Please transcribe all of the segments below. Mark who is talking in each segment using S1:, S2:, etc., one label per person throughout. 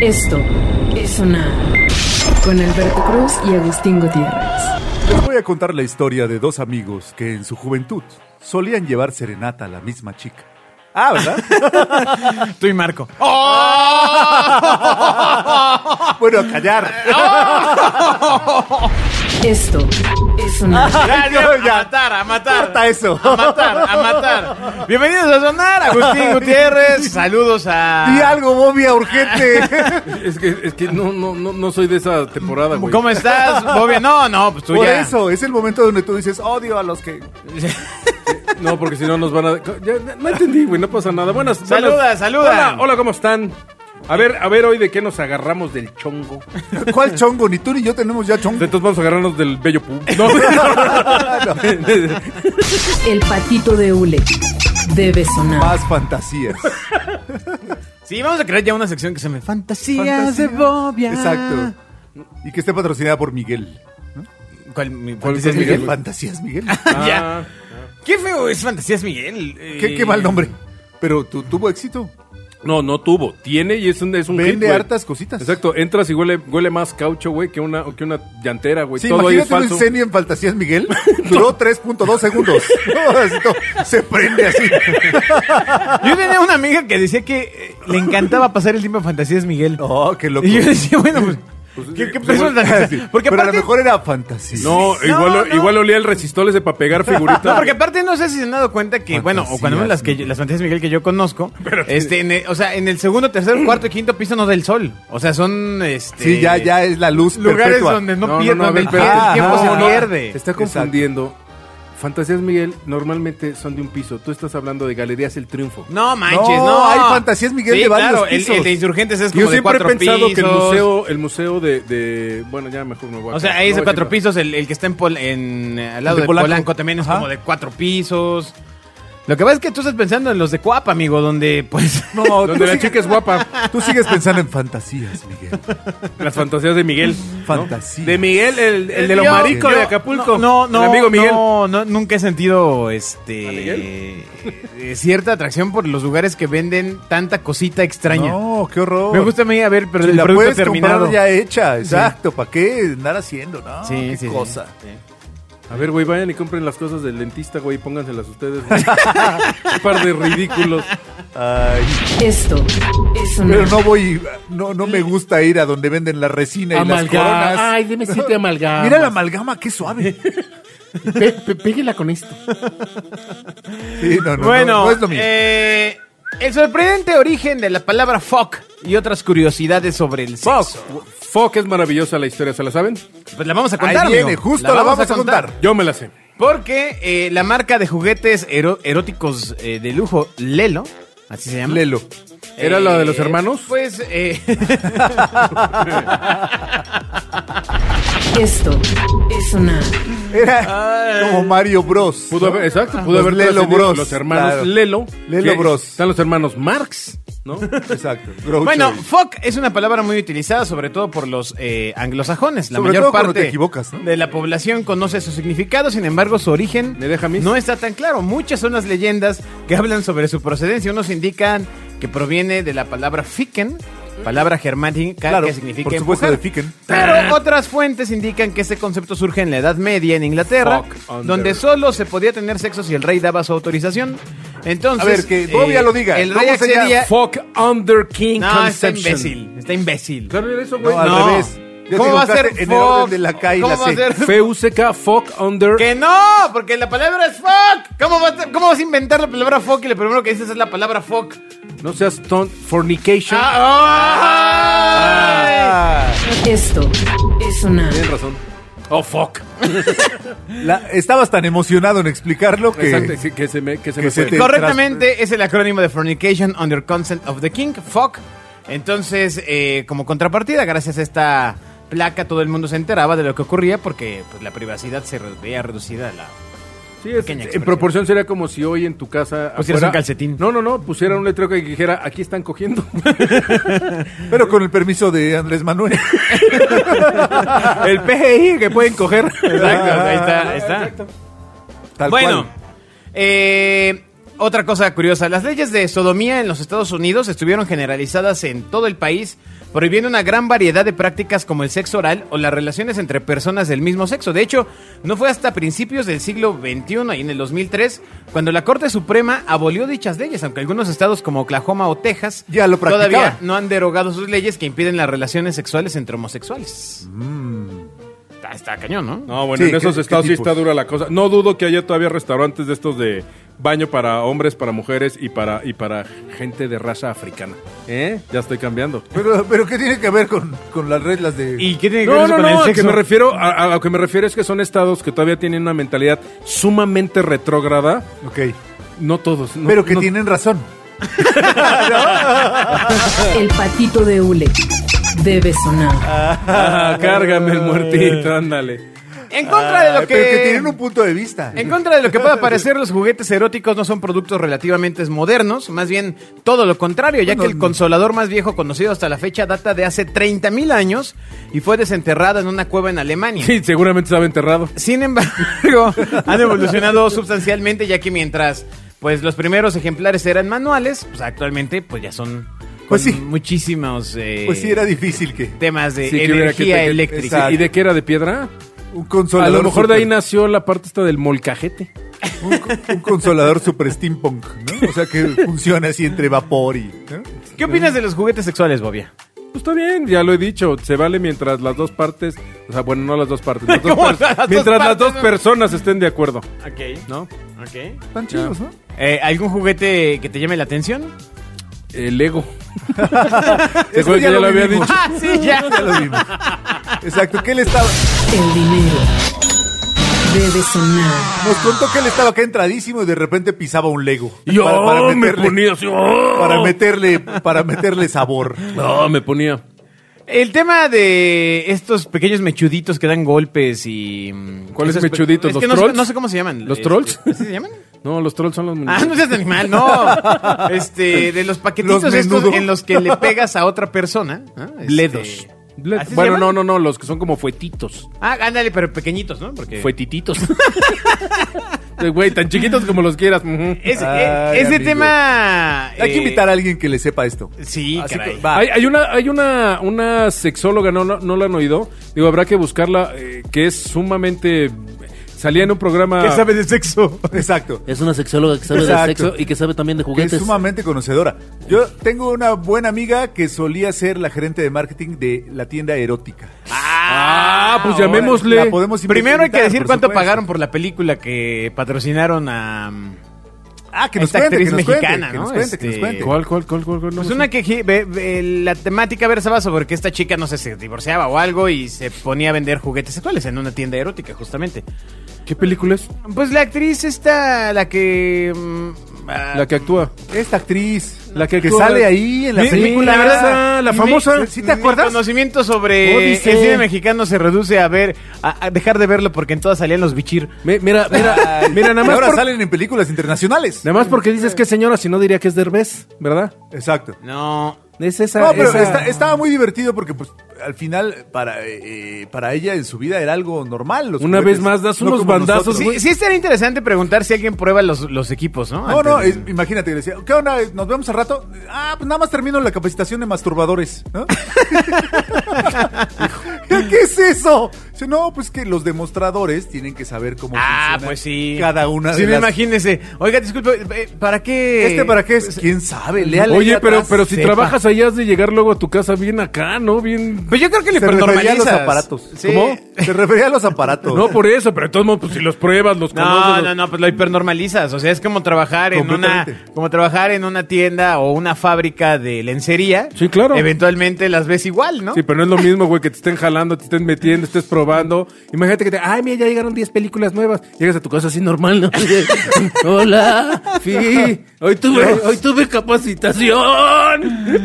S1: Esto es sonar con Alberto Cruz y Agustín Gutiérrez.
S2: Les voy a contar la historia de dos amigos que en su juventud solían llevar serenata a la misma chica. Ah, ¿verdad?
S3: Tú y Marco. ¡Oh,
S2: bueno, a callar.
S1: Esto es sonar
S2: Ya, no, ¡Oh, ya.
S3: A matar, a matar.
S2: Corta eso.
S3: A matar, a matar. Bienvenidos a Sonar, Agustín Gutiérrez. Saludos a.
S2: Y algo, momia, urgente.
S4: Es que, es que no, no, no, no soy de esa temporada, güey.
S3: ¿Cómo estás, Bobia? No, no, pues tú
S2: Por
S3: ya.
S2: eso, es el momento donde tú dices odio a los que.
S4: No, porque si no nos van a. ya, ya, no entendí, güey, no pasa nada. Buenas.
S3: Saluda,
S4: buenas-
S3: saluda.
S4: Hola, hola, ¿cómo están? A ver, a ver hoy de qué nos agarramos del chongo.
S2: ¿Cuál chongo? Ni tú ni yo tenemos ya chongo.
S4: De todos vamos a agarrarnos del bello pub. No,
S1: el patito de hule debe sonar.
S2: Más fantasías.
S3: Sí, vamos a crear ya una sección que se me. Fantasías de
S2: Fantasías.
S3: Bobia.
S2: Exacto. Y que esté patrocinada por Miguel.
S3: ¿Cuál, mi-
S4: ¿Cuál
S3: fantasías
S4: es Miguel?
S3: Miguel?
S2: Fantasías Miguel. Ah.
S4: Ah.
S3: Ya. Qué feo es Fantasías Miguel. eh.
S2: qué, qué mal nombre. Pero tu- tuvo éxito.
S4: No, no tuvo. Tiene y es un, es un hit,
S2: Vende
S4: güey.
S2: hartas cositas.
S4: Exacto, entras y huele, huele más caucho, güey, que una, que una llantera, güey.
S2: Sí,
S4: Todo ahí es
S2: imagínate un
S4: falso.
S2: incendio en Fantasías Miguel. Duró 3.2 segundos. No, así no, se prende así.
S3: Yo tenía una amiga que decía que eh, le encantaba pasar el tiempo en Fantasías Miguel.
S2: Oh, qué loco.
S3: Y yo decía, bueno, pues. ¿Qué, qué persona tan-
S2: Sí,
S3: Porque
S2: pues, Pero a
S3: aparte,
S2: lo mejor era fantasía.
S4: No,
S3: No,
S4: igual,
S3: no.
S4: igual olía el resistol ese para pegar figuritas.
S3: No, porque aparte no sé si se han dado cuenta que, bueno, o cuando
S2: Fantasías,
S3: vemos las, que, yo- las fantasías Miguel que yo conozco, este, en el- o sea, en el segundo, tercer, cuarto y quinto piso no del sol. O sea, son este,
S2: Sí, ya, ya es la luz
S3: lugares
S2: perpetua.
S3: donde no,
S4: No, no,
S3: pierden,
S4: no, a ver,
S3: el,
S4: pero-
S3: el
S2: Ajá,
S3: tiempo
S2: no,
S3: se
S2: no.
S3: pierde.
S4: Se está
S2: Exacto.
S4: confundiendo. Fantasías Miguel normalmente son de un piso. Tú estás hablando de Galerías El Triunfo.
S3: No manches,
S2: No,
S3: no.
S2: hay Fantasías Miguel de varios
S3: claro, el-
S2: pisos.
S3: El, de Insurgentes es como
S4: Yo
S3: de
S4: siempre he
S3: cuatro
S4: pensado que el
S3: pisos.
S4: museo, el museo de, de- bueno, ya mejor me voy a
S3: O sea,
S4: quedar,
S3: ahí es
S4: no
S3: de
S4: voy a
S3: cuatro
S4: quedar.
S3: pisos. El, el que está en Pol- en, eh, al lado
S2: De
S3: de,
S2: Polanco.
S3: Polanco. también es
S2: Ajá.
S3: como de cuatro pisos. Lo que pasa es que tú estás pensando en los de Cuapa, amigo, donde pues...
S2: No, tú,
S4: Donde la
S2: sigues-
S4: chica es guapa.
S2: tú sigues pensando en fantasías, Miguel.
S4: Las fantasías de Miguel. ¿no?
S2: Fantasías.
S4: De Miguel, el, el de los
S3: Yo-
S4: maricos
S3: yo-
S4: de Acapulco.
S3: No, no,
S4: El amigo Miguel.
S3: no, no, nunca he sentido
S4: ¿A
S3: este
S4: Miguel?
S3: eh, cierta atracción por los lugares que venden tanta cosita extraña.
S2: No, qué horror.
S3: Me gusta a mí a ver, pero
S2: Si
S3: el
S2: la
S3: producto
S2: puedes
S3: terminado.
S2: comprar ya hecha, exacto. ¿Para qué andar haciendo? No, qué cosa.
S4: A ver, güey, vayan y compren las cosas del dentista, güey, y pónganselas ustedes. güey. Un par de ridículos.
S2: Ay,
S1: Esto es
S2: pero
S1: sonar.
S2: no voy, no, no me gusta ir a donde venden la resina y
S5: Amalgama.
S2: las coronas.
S5: Ay, dime si te amalgamas.
S2: Mira la amalgama, qué suave.
S5: Pe- pe- péguela con esto.
S2: Sí, no, no, no,
S3: Bueno,
S2: no es lo mío.
S3: eh, el sorprendente origen de la palabra fuck y otras curiosidades sobre el
S4: Fuck.
S3: sexo.
S4: Fuck es maravillosa la historia, ¿se la saben?
S3: Pues la vamos a
S2: Ahí
S3: contar, amigo.
S2: viene, justo la, vamos, a contar.
S4: Yo me la sé.
S3: Porque eh, la marca de juguetes ero- eróticos eh, de lujo, Lelo, así se llama.
S2: Lelo.
S4: ¿Era la de los hermanos?
S3: Pues, eh,
S1: Esto es sonar.
S2: Era como Mario Bros.
S4: Pudo
S2: ¿no?
S4: haber, exacto, pudo
S2: Los
S4: haber
S2: Lelo
S4: trascendido
S2: Bros.
S4: Los hermanos
S2: claro.
S4: Lelo.
S2: Lelo
S4: que
S2: Bros.
S4: Están los hermanos Marx, ¿no?
S2: Exacto. Groucho.
S3: bueno, fuck es una palabra muy utilizada, sobre todo por los eh, anglosajones. La
S2: Sobre
S3: mayor
S2: todo cuando
S3: parte
S2: te equivocas, ¿no?
S3: de la población conoce su significado, sin embargo, su origen
S4: ¿Me deja a mí?
S3: no está tan claro. Muchas son las leyendas que hablan sobre su procedencia. Unos indican que proviene de la palabra ficken, palabra germánica
S2: claro,
S3: que significa
S2: por supuesto de
S3: empujar.
S2: Ficken.
S3: Pero otras fuentes indican que este concepto surge en la Edad Media en Inglaterra,
S4: Fuck under.
S3: donde solo se podía tener sexo si el rey daba su autorización. Entonces,
S2: A
S3: eh,
S2: ver, que Bobia lo diga.
S3: El rey
S2: ¿Cómo se llama?
S3: accedía.
S4: Fuck under King
S3: No, está
S4: conception.
S3: imbécil, está imbécil.
S4: Claro, era eso, güey.
S2: No, al
S3: No.
S2: revés. Ya
S3: ¿Cómo
S2: te
S3: va a ser
S2: equivocaste en el
S3: fuck?
S2: orden de la K y
S3: ¿Cómo
S2: la
S3: va a
S2: C.
S3: ser?
S4: FUCK, fuck under.
S3: Que no, porque la palabra es fuck. ¿Cómo vas, a, cómo vas a inventar la palabra fuck y lo primero que dices es la palabra fuck?
S4: No seas ton fornication.
S3: Ah,
S2: Ah,
S1: Esto es sonar.
S4: Tienes razón. Oh, fuck.
S2: la- estabas tan emocionado en explicarlo que
S4: Exacto, sí, que se me, que se
S2: que
S4: me
S2: se
S4: fue.
S3: ay.
S2: te-
S3: Correctamente es el acrónimo de Fornication Under Consent of the King, fuck. Entonces, eh, como contrapartida, gracias a esta placa todo el mundo se enteraba de lo que ocurría porque pues, la privacidad se re- veía reducida a la...
S4: Sí, es-
S3: Pequeña
S4: en
S3: expresión.
S4: proporción sería como si hoy en tu casa.
S3: Pusieras un calcetín.
S4: No, no, no. Pusieran un letrero que dijera aquí están cogiendo.
S2: pero con el permiso de Andrés Manuel.
S4: El PGI que pueden coger.
S3: Exacto, ahí está, ahí está.
S2: Tal
S3: bueno,
S2: cual.
S3: eh, Otra cosa curiosa, las leyes de sodomía en los Estados Unidos estuvieron generalizadas en todo el país, prohibiendo una gran variedad de prácticas como el sexo oral o las relaciones entre personas del mismo sexo. De hecho, no fue hasta principios del siglo XXI, y en el 2003, cuando la Corte Suprema abolió dichas leyes, aunque algunos estados como Oklahoma o Texas
S2: Ya lo practicaban.
S3: todavía no han derogado sus leyes que impiden las relaciones sexuales entre homosexuales. Mm. Está, está cañón, ¿no?
S4: No, bueno,
S2: Sí,
S4: en esos
S2: ¿qué-
S4: estados
S2: qué
S4: sí
S2: tipos?
S4: está dura la cosa. No dudo que haya todavía restaurantes de estos de baño para hombres, para mujeres y para, y para gente de raza africana. ¿Eh? Ya estoy cambiando.
S2: Pero, pero ¿qué tiene que ver con, con las reglas de...?
S3: ¿Y qué tiene que ver
S4: No,
S3: eso
S4: no,
S3: con el
S4: no, a
S3: sexo?
S4: que me refiero a, a lo que me refiero es que son estados que todavía tienen una mentalidad sumamente retrógrada.
S2: Ok.
S4: No todos. no-
S2: pero que
S4: no-
S2: tienen razón.
S1: El patito de hule debe sonar.
S4: Ah, cárgame el muertito, ándale.
S3: En contra de lo
S2: Ay, Pero que tienen un punto de vista.
S3: En contra de lo que pueda parecer, los juguetes eróticos no son productos relativamente modernos, más bien todo lo contrario, ya que el consolador más viejo conocido hasta la fecha data de hace 30.000 años y fue desenterrado en una cueva en Alemania.
S4: Sí, seguramente estaba enterrado.
S3: Sin embargo, han evolucionado sustancialmente, ya que mientras pues los primeros ejemplares eran manuales, pues actualmente pues ya son con
S2: Pues sí.
S3: muchísimos eh,
S2: Pues sí, era difícil que
S3: temas de
S4: Sí, que hubiera que-
S3: energía
S4: que-
S3: eléctrica.
S4: Sí, ¿Y de qué era? ¿De piedra?
S2: un
S4: A
S2: consolador...
S4: lo mejor de ahí
S2: super-
S4: nació la parte esta del molcajete.
S2: un, co- un consolador super steampunk, ¿no? O sea, que funciona así entre vapor y... ¿no?
S3: ¿Qué opinas de los juguetes sexuales, Bobia?
S4: Pues está bien, ya lo he dicho, se vale mientras las dos partes, o sea, bueno, no las dos partes, las dos
S3: ¿Cómo
S4: par-
S3: las dos
S4: mientras las
S3: partes,
S4: dos
S3: no?
S4: personas estén de acuerdo,
S3: Ok,
S4: ¿no?
S3: ok.
S2: Están chidos, ¿no?
S3: Eh, ¿Algún juguete que te llame la atención?
S4: El ego. ¿Se
S2: Eso
S4: acuerdan que ya lo había
S2: vimos.
S4: dicho?
S3: Ah, sí, ya.
S2: Ya lo vimos. Exacto, que él estaba...
S1: El dinero debe sonar.
S2: Nos contó que él estaba acá entradísimo y de repente pisaba un Lego.
S4: Y oh, me ponía así, oh.
S2: para meterle, para meterle sabor.
S4: No, me ponía.
S3: El tema de estos pequeños mechuditos que dan golpes y... mm,
S4: ¿Cuáles
S3: esos pe-
S4: mechuditos?
S3: Es
S4: ¿Los
S3: que no, sé-
S4: trolls?
S3: no sé cómo se llaman.
S4: ¿Los
S3: Eh,
S4: trolls?
S3: ¿Así se llaman?
S4: No, los trolls son los
S3: Ah, no
S4: muñecos.
S3: seas animal, no. Este, de los paquetitos
S2: Los
S3: estos
S2: menudo.
S3: en los que le pegas a otra persona. ¿ah? Este,
S4: Bledos. Bled-
S3: ¿Así se
S4: Bueno,
S3: llaman?
S4: no, no, no, los que son como fuetitos.
S3: Ah, ándale, pero pequeñitos, ¿no? Porque...
S4: Fuetititos. Eh, Güey, tan chiquitos como los quieras. ujú.
S3: Ese, eh,
S2: Ay,
S3: ese
S2: amigo.
S3: tema...
S2: Hay que
S3: eh,
S2: invitar a alguien que le sepa esto.
S3: Sí,
S2: Así
S3: caray.
S2: que- va.
S4: Hay, hay una, hay una, una sexóloga, no, no, no la han oído. Digo, habrá que buscarla, eh, que es sumamente. Salía en un programa.
S3: ¿Qué sabes de sexo?
S2: Exacto.
S5: Es una sexóloga que sabe
S2: Exacto.
S5: de sexo y que sabe también de
S2: Que es
S5: juguetes.
S2: sumamente conocedora. Yo tengo una buena amiga que solía ser la gerente de marketing de la tienda erótica.
S4: Ah, pues llamémosle.
S2: La podemos
S3: Primero hay que
S2: invitar,
S3: decir
S2: por
S3: cuánto
S2: supuesto.
S3: pagaron por la película que patrocinaron a... mm,
S2: Ah, que nos
S3: esta
S2: cuente, que
S3: actriz
S2: nos cuente,
S3: mexicana,
S2: que
S3: ¿no?
S2: nos cuente, que nos
S3: Este,
S2: cuente.
S4: ¿Cuál, cuál, cuál, cuál? cuál? No
S3: Pues
S4: me
S3: una
S4: sé.
S3: que gi- ve- ve- la temática versaba sobre que esta chica, no sé, se divorciaba o algo y se ponía a vender juguetes sexuales en una tienda erótica, justamente.
S4: ¿Qué película es?
S3: Pues la actriz esta, la que... mm, ah,
S4: La que actúa.
S2: Esta actriz,
S4: La que
S2: que
S4: actúa-
S2: sale ahí en la
S4: Sí,
S2: película.
S4: la verdad, la
S2: Y
S4: famosa.
S2: me- ¿Sí te
S3: mi
S2: acuerdas? Oh,
S3: conocimiento sobre
S4: Odisea.
S3: el cine mexicano se reduce a ver, a, a dejar de verlo porque en todas salían los bichir.
S4: Mi- mira, mira, mira, nada
S2: Y
S4: más.
S2: ahora
S4: por-
S2: salen en películas internacionales.
S4: Nada más porque dices que es señora, si no diría que es Derbez, ¿verdad?
S2: Exacto.
S3: No,
S4: Es esa.
S2: No, pero
S4: esa-
S2: está- estaba muy divertido porque pues al final para, eh, eh, para ella en su vida era algo normal. los
S4: Una
S2: juguetes.
S4: vez más, das unos
S2: como
S4: bandazos,
S2: nosotros.
S4: güey.
S3: Sí, sí estaría interesante preguntar si alguien prueba los, los equipos, ¿no?
S2: No,
S3: Antes
S2: no,
S3: de-
S2: es- imagínate, le decía, ¿qué onda? ¿Nos vemos al rato? Ah, pues nada más termino la capacitación de masturbadores, ¿no? ¿Qué es eso? Dice, no, pues que los demostradores tienen que saber cómo
S3: Ah,
S2: funciona
S3: pues sí.
S2: cada una de
S3: Sí, me
S2: las-
S3: imagínese. Oiga, disculpe, eh, ¿para qué?
S2: ¿Este para qué es? ¿Quién sabe? Léale ahí
S4: Oye, pero,
S2: atrás.
S4: pero si
S2: Sepa.
S4: trabajas allá has de llegar luego a tu casa bien acá, ¿no? Bien.
S3: Pues yo creo que le
S2: Se refería a los
S3: normalizas.
S2: aparatos.
S3: Sí.
S2: ¿Cómo? Se refería a los aparatos.
S4: No por eso, pero de todos modos, pues si los pruebas, los conoces.
S3: No,
S4: los-
S3: no, no, pues lo hipernormalizas. O sea, es como trabajar en una,
S2: Completamente.
S3: como trabajar en una tienda o una fábrica de lencería.
S4: Sí, claro.
S3: Eventualmente las ves igual, ¿no?
S4: Sí, pero no es lo mismo, güey, que te estén jalando, te estén metiendo, estés probando. Imagínate que te, ay, mira, ya llegaron 10 películas nuevas. Llegas a tu casa así normal, ¿no? Hola, sí, hoy tuve, hoy tuve capacitación.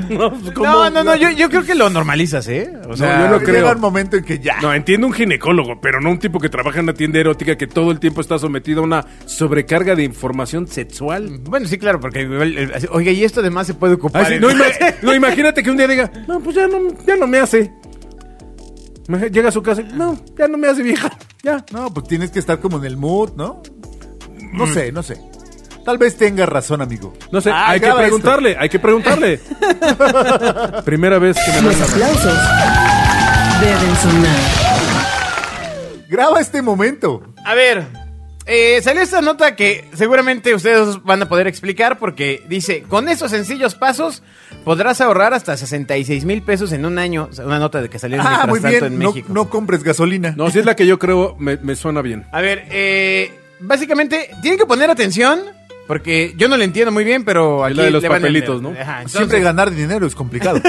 S4: No, pues, ¿cómo?
S3: no, no, no, yo, yo creo que lo normalizas, ¿eh? O
S4: No,
S3: sea,
S4: yo no creo.
S2: Ah, Llega un momento en que ya.
S4: No, entiendo un ginecólogo, pero no un tipo que trabaja en una tienda erótica que todo el tiempo está sometido a una sobrecarga de información sexual.
S3: Bueno, sí, claro, porque igual, eh, así, oiga, y esto además se puede ocupar.
S2: Ah,
S4: Ay, sí,
S3: en-
S4: no, ima- no, imagínate que un día diga, no, pues ya no, ya no me hace. Imag- Llega a su casa, y, no, ya no me hace vieja, ya.
S2: No, pues tienes que estar como en el mood, ¿no? No sé, no sé. Tal vez tenga razón, amigo.
S4: No sé,
S2: Ah,
S4: hay que
S2: graba esto.
S4: preguntarle, hay que preguntarle. Primera vez que me
S1: Los
S4: dan la razón.
S1: aplausos deben sonar.
S2: Graba este momento.
S3: A ver, eh, salió esta nota que seguramente ustedes van a poder explicar porque dice, con estos sencillos pasos podrás ahorrar hasta 66 mil pesos en un año. O sea, Una nota de que salió
S2: Ah,
S3: mientras
S2: muy
S3: tanto en
S2: bien. No,
S3: México.
S2: no compres gasolina.
S4: No, si es la que yo creo, me, me suena bien.
S3: A ver, eh, básicamente tienen que poner atención porque yo no le entiendo muy bien, pero aquí
S4: la de los
S3: le van a-
S4: papelitos, ¿no?
S3: Ajá, entonces-
S2: Siempre ganar dinero es complicado.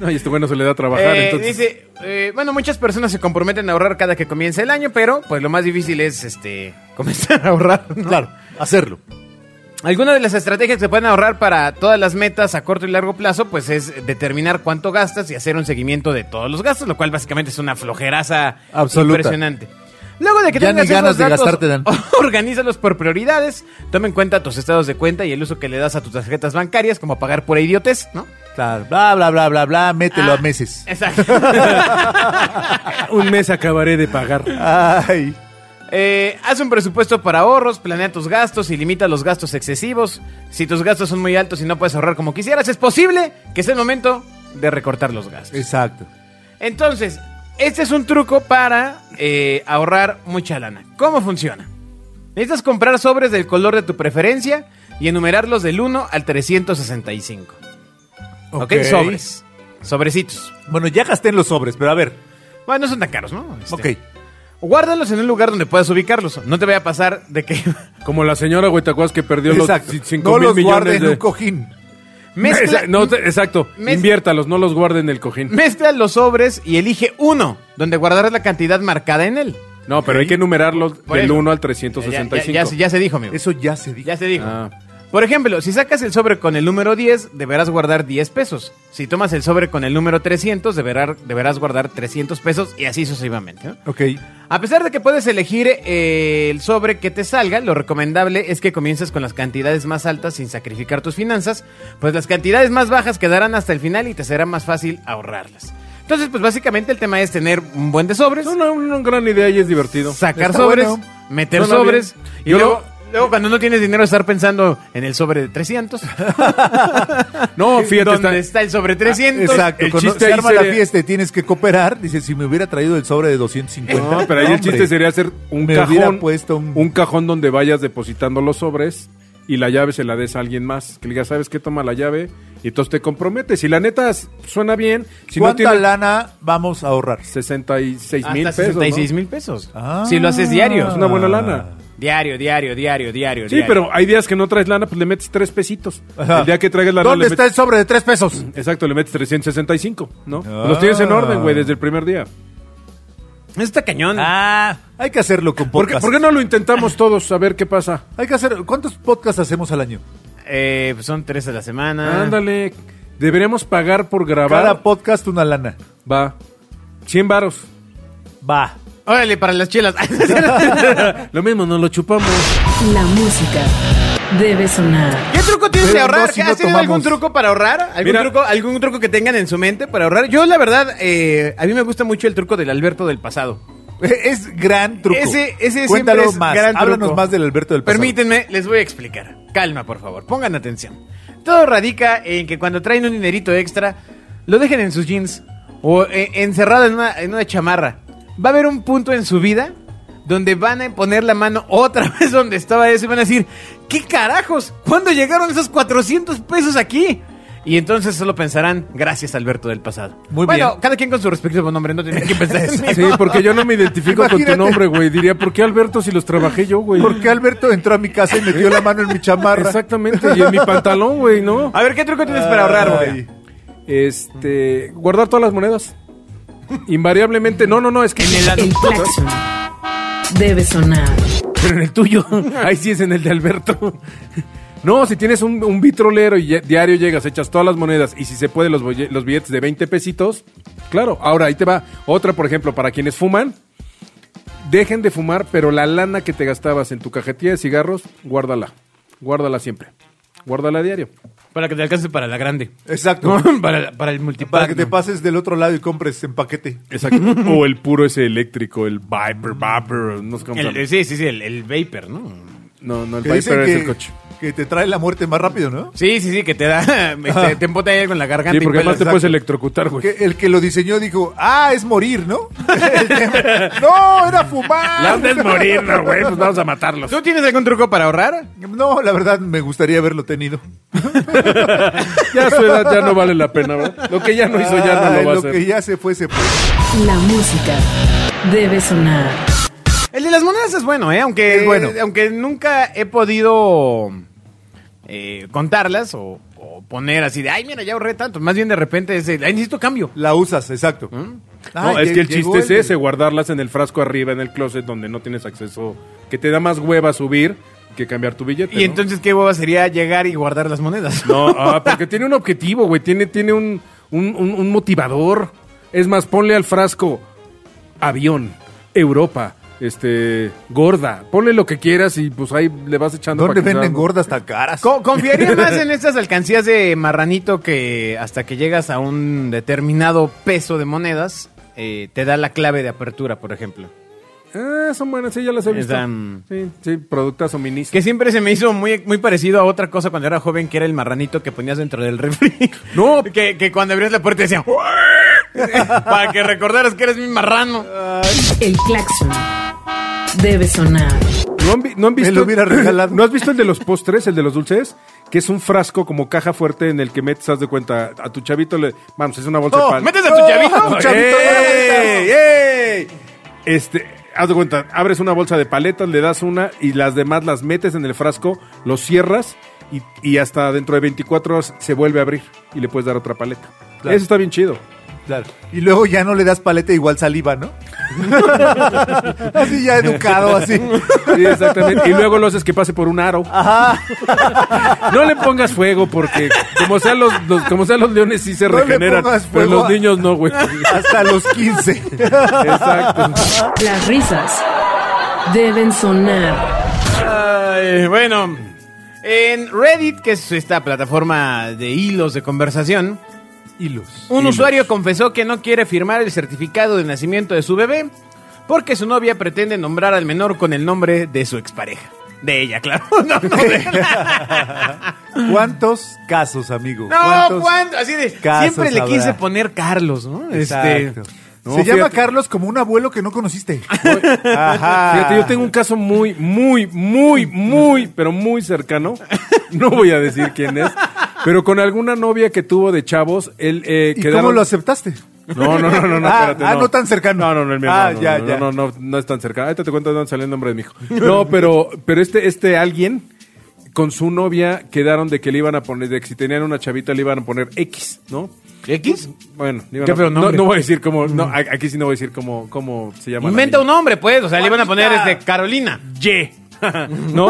S4: No, y este bueno se le da a trabajar,
S3: Eh,
S4: entonces.
S3: Dice, eh, bueno, muchas personas se comprometen a ahorrar cada que comience el año, pero pues lo más difícil es este comenzar a ahorrar. ¿no?
S2: claro, hacerlo.
S3: Algunas de las estrategias que se pueden ahorrar para todas las metas a corto y largo plazo, pues es determinar cuánto gastas y hacer un seguimiento de todos los gastos, lo cual básicamente es una flojeraza
S2: Absoluta.
S3: impresionante. Luego de que
S2: Ya
S3: tengas
S2: ni ganas
S3: esos
S2: de
S3: datos,
S2: gastar te dan.
S3: organízalos por prioridades, toma en cuenta tus estados de cuenta y el uso que le das a tus tarjetas bancarias, como pagar por idiotes, ¿no?
S2: Claro, bla, bla, bla, bla, bla, mételo
S3: Ah.
S2: a meses.
S3: Exacto.
S4: Un mes acabaré de pagar.
S2: Ay.
S3: Eh, haz un presupuesto para ahorros, planea tus gastos y limita los gastos excesivos. Si tus gastos son muy altos y no puedes ahorrar como quisieras, es posible que sea el momento de recortar los gastos.
S2: Exacto.
S3: Entonces, este es un truco para eh, ahorrar mucha lana. ¿Cómo funciona? Necesitas comprar sobres del color de tu preferencia y enumerarlos del 1 al 365. ¿Ok?
S2: Ok.
S3: Sobres. Sobrecitos.
S2: Bueno, ya gasté en los sobres, pero a ver.
S3: Bueno, no son tan caros, ¿no? Este,
S2: Ok.
S3: Guárdalos en un lugar donde puedas ubicarlos. No te vaya a pasar de que
S4: Como la señora Huetacuas que perdió
S2: Exacto.
S4: los 5
S2: No
S4: mil
S2: los guarde
S4: millones
S2: en
S4: de...
S2: un cojín.
S3: mezcla,
S4: Exa- no, te- exacto,
S3: Mezcla-
S4: inviértalos, no los guarde en el cojín.
S3: Mezcla los sobres y elige uno, donde guardarás la cantidad marcada en él.
S4: No, pero hay que enumerarlos
S3: Por
S4: del
S3: eso.
S4: 1 al
S3: Ya,
S4: 365.
S3: ya- ya se- ya se dijo, amigo.
S2: Eso ya se dijo.
S3: Ya se dijo.
S4: Ah.
S3: Por ejemplo, si sacas el sobre con el número 10, deberás guardar 10 pesos. Si tomas el sobre con el número 300, deberás, deberás guardar 300 pesos y así sucesivamente. ¿no?
S2: Ok.
S3: A pesar de que puedes elegir eh, el sobre que te salga, lo recomendable es que comiences con las cantidades más altas sin sacrificar tus finanzas, pues las cantidades más bajas quedarán hasta el final y te será más fácil ahorrarlas. Entonces, pues básicamente el tema es tener un buen de sobres,
S4: Es una, una gran idea y es divertido.
S3: sacar
S2: Está
S3: sobres,
S2: bueno.
S3: meter
S4: Suena
S3: sobres
S4: bien.
S3: y
S4: Yo
S3: luego,
S4: lo-
S3: luego cuando no tienes dinero estar pensando en el sobre de 300,
S4: No, fíjate,
S3: donde está...
S4: está- Ah,
S3: el sobre 300.
S2: Exacto.
S4: el
S2: Cuando
S4: chiste
S2: se
S4: ahí
S2: arma la
S4: sería-
S2: fiesta y tienes que cooperar, dice, si me hubiera traído el sobre de 250.
S4: No, pero ahí el
S2: hombre.
S4: chiste sería hacer un
S2: Me
S4: cajón,
S2: hubiera puesto un-
S4: un... cajón donde vayas depositando los sobres y la llave se la des a alguien más. Que le digas, ¿sabes qué? Toma la llave y entonces te comprometes. Si la neta s- suena bien, si no
S2: ¿Cuánta
S4: tienes
S2: lana vamos a ahorrar?
S4: 66 mil
S3: Hasta
S4: pesos. ¿no?
S3: 66 mil pesos.
S2: Ah.
S3: Si lo haces diario.
S4: Es una buena lana.
S3: Diario, diario, diario, diario.
S4: Sí,
S3: diario.
S4: pero hay días que no traes lana, pues le metes tres pesitos.
S2: Ajá.
S4: El día que traigas lana,
S2: ¿Dónde
S4: le
S2: está
S4: metes...
S2: el sobre de tres pesos?
S4: Exacto, le metes 365, ¿no?
S2: Ah.
S4: Los tienes en orden, güey, desde el primer día.
S3: Eso está cañón.
S2: Ah, hay que hacerlo con
S4: ¿Por qué,
S2: podcast.
S4: por qué no lo intentamos todos a ver qué pasa?
S2: Hay que hacer. ¿Cuántos podcasts hacemos al año?
S3: Eh, pues son tres a la semana.
S4: Ándale, deberíamos pagar por grabar.
S2: Ah. Cada podcast una lana.
S4: Va. 100 varos.
S2: Va.
S3: Órale, para las chelas.
S4: Lo mismo, nos lo chupamos.
S1: La música debe sonar.
S3: ¿Qué truco tienes de
S2: Pero
S3: ahorrar?
S2: no, si
S3: ¿Has
S2: no
S3: tenido algún
S2: tomamos.
S3: truco para ahorrar? ¿Algún,
S4: Mira.
S3: truco, ¿Algún truco que tengan en su mente para ahorrar? Yo, la verdad, eh, a mí me gusta mucho el truco del Alberto del pasado.
S2: E, Es gran truco.
S3: Ese- ese siempre
S2: Cuéntalo
S3: es
S2: más.
S3: gran
S2: Háblanos
S3: truco.
S2: más del Alberto del pasado.
S3: Permítanme, les voy a explicar. Calma, por favor, pongan atención. Todo radica en que cuando traen un dinerito extra, lo dejen en sus jeans o eh, encerrado en una, en una chamarra. Va a haber un punto en su vida donde van a poner la mano otra vez donde estaba eso y van a decir, ¿qué carajos? ¿Cuándo llegaron esos 400 pesos aquí? Y entonces solo pensarán, gracias Alberto del pasado.
S2: Muy
S3: bueno,
S2: bien.
S3: cada quien con su respectivo nombre, no tienen que pensar en mí.
S4: Sí, porque yo no me identifico con
S2: Imagínate.
S4: tu nombre, güey. Diría, ¿por qué Alberto si los trabajé yo, güey?
S2: ¿Por qué Alberto entró a mi casa y metió la Ah. mano en mi chamarra?
S4: Exactamente, y en mi pantalón, güey, ¿no?
S3: A ver, ¿qué truco tienes para ahorrar, güey?
S2: Ay.
S4: Este, guardar todas las monedas. Invariablemente, no, no, no, es que...
S1: El claxon debe sonar.
S4: Pero en el tuyo. Ahí sí es en el de Alberto. No, si tienes un, un vitrolero y ya- diario llegas, echas todas las monedas y si se puede los, bolle- los billetes de 20 pesitos, claro. Ahora ahí te va otra, por ejemplo, para quienes fuman. Dejen de fumar, pero la lana que te gastabas en tu cajetilla de cigarros, guárdala. Guárdala siempre. Guárdala a diario.
S3: Para que te alcance para la grande.
S2: Exacto.
S3: para, para el multipack.
S2: Para que te
S3: ¿no?
S2: pases del otro lado y compres en paquete.
S4: Exacto. o el puro ese eléctrico, el Viper, Viper, no sé cómo se
S3: El-
S4: llama.
S3: sí, sí, sí, el, el vapor, ¿no?
S4: No, no, el
S2: Que dicen
S4: Viper es
S2: que,
S4: el coche.
S2: que te trae la muerte más rápido, ¿no?
S3: Sí, sí, sí, que te da. este, te embota ahí con la garganta.
S4: Sí, porque
S3: y
S4: además te
S3: pelas.
S4: puedes electrocutar, güey.
S2: Que el que lo diseñó dijo, ah, es morir, ¿no? El tema- no, era fumar.
S4: La onda es morir, no, güey, pues vamos a matarlos.
S3: ¿Tú tienes algún truco para ahorrar?
S2: No, la verdad me gustaría haberlo tenido.
S4: Ya a su edad ya no vale la pena, ¿verdad? Lo que ya no hizo ya no
S2: Ay,
S4: lo va a
S2: lo
S4: hacer.
S2: que ya se fue, se fue.
S1: La música debe sonar.
S3: El de las monedas es bueno, ¿eh? Aunque,
S2: Es bueno.
S3: aunque nunca he podido eh, contarlas o, o poner así de, ay, mira, ya ahorré tanto. Más bien de repente es, el, ay, necesito cambio.
S2: La usas, exacto.
S4: No,
S2: Ay,
S4: es
S2: lle-
S4: que ¿Mm? el
S2: llegó
S4: chiste es
S2: de-
S4: ese, guardarlas en el frasco arriba, en el closet, donde no tienes acceso, que te da más hueva subir que cambiar tu billete.
S3: Y
S4: ¿no?
S3: entonces, ¿qué hueva sería llegar y guardar las monedas?
S4: No, ah, porque tiene un objetivo, güey. Tiene, tiene un, un, un- un motivador. Es más, ponle al frasco avión, Europa, este, gorda. Ponle lo que quieras y pues ahí le vas echando.
S2: ¿Dónde
S4: pa' que
S2: venden
S4: salga.
S2: gordas tan caras?
S3: Co- Confiaría más en estas alcancías de marranito que hasta que llegas a un determinado peso de monedas, eh, te da la clave de apertura, por ejemplo.
S4: Ah, son buenas, sí, ya las he visto.
S3: Están-
S4: Sí, sí, productas o minis.
S3: Que siempre se me hizo muy, muy parecido a otra cosa cuando era joven, que era el marranito que ponías dentro del refri.
S4: No.
S3: Que, que cuando abrías la puerta decían... Para que recordaras que eres mi marrano.
S1: El claxon debe sonar.
S4: ¿No han, vi- no han visto?
S2: lo hubiera regalado.
S4: ¿No has visto el de los postres, el de los dulces? Que es un frasco como caja fuerte en el que metes, haz de cuenta, a tu chavito le... Vamos, es una bolsa de
S3: Oh,
S4: pan.
S3: ¿Metes a tu
S2: Oh,
S3: chavito?
S2: tu chavito,
S4: ¡Ey!
S2: no,
S4: ¡Ey! Este, haz de cuenta, abres una bolsa de paletas, le das una y las demás las metes en el frasco, los cierras y, y hasta dentro de 24 horas se vuelve a abrir y le puedes dar otra paleta.
S2: Claro.
S4: Eso está bien chido.
S2: Claro. Y luego ya no le das paleta igual saliva, ¿no? así ya educado, así.
S4: Sí, exactamente. Y luego lo haces que pase por un aro. No le pongas fuego porque como sean los, los- como sean los leones sí se
S2: No le
S4: regeneran,
S2: pongas
S4: pero
S2: fuego
S4: los
S2: a-
S4: niños no, güey.
S2: Hasta los 15.
S4: Exacto.
S1: Las risas deben sonar.
S3: Ay, bueno, en Reddit, que es esta plataforma de hilos de conversación,
S2: Hilos.
S3: un usuario confesó que no quiere firmar el certificado de nacimiento de su bebé porque su novia pretende nombrar al menor con el nombre de su expareja. De ella, claro. No, no, de-
S2: ¿Cuántos casos, amigo?
S3: no, ¿cuánto? Así de.
S2: casos
S3: Siempre le quise
S2: habrá?
S3: poner Carlos, ¿no?
S2: Exacto.
S3: Este.
S4: No,
S2: Se llama
S4: fíjate.
S2: Carlos como un abuelo que no conociste. Ajá.
S4: Fíjate, yo tengo un caso muy, muy, muy, muy, pero muy cercano. No voy a decir quién es. Pero con alguna novia que tuvo de chavos, él eh,
S2: ¿Y
S4: quedaron-
S2: cómo lo aceptaste?
S4: No, no, no, no, no,
S2: Ah,
S4: espérate.
S2: ah, no tan cercano.
S4: No, no, no, el mío.
S2: Ah,
S4: no,
S2: ya,
S4: no,
S2: ya.
S4: No, no, no, no es tan cercano. Ahorita te cuento de dónde salió el nombre de mi hijo. No, pero, pero este, este alguien con su novia quedaron de que le iban a poner, de que si tenían una chavita le iban a poner X, ¿no?
S3: ¿X?
S4: Bueno, le iban
S3: Qué
S4: a-
S3: feo
S4: no,
S3: nombre. Mm.
S4: no voy a decir cómo, no, a- aquí sí no voy a decir cómo, cómo se llama. la
S3: Inventa
S4: niña.
S3: un nombre, pues. O sea, le iban a poner
S2: Juanita.
S3: este Carolina.
S4: Y. ¿No?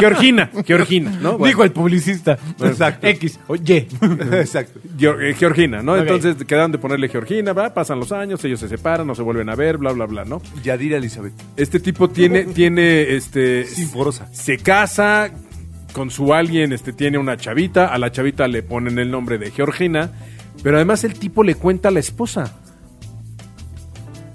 S4: Georgina, Georgina, ¿no? Bueno,
S3: Dijo el publicista.
S2: Exacto.
S3: X o Y.
S2: Exacto.
S4: Geor- eh, Georgina, ¿no?
S3: Ok.
S4: Entonces quedaron de ponerle Georgina, ¿va? Pasan los años, ellos se separan, no se vuelven a ver, bla, bla, bla, ¿no?
S2: Yadira Elizabeth.
S4: Este tipo tiene, tiene, este...
S2: Sinforosa.
S4: Se casa con su alguien, este, tiene una chavita, a la chavita le ponen el nombre de Georgina, pero además el tipo le cuenta a la esposa.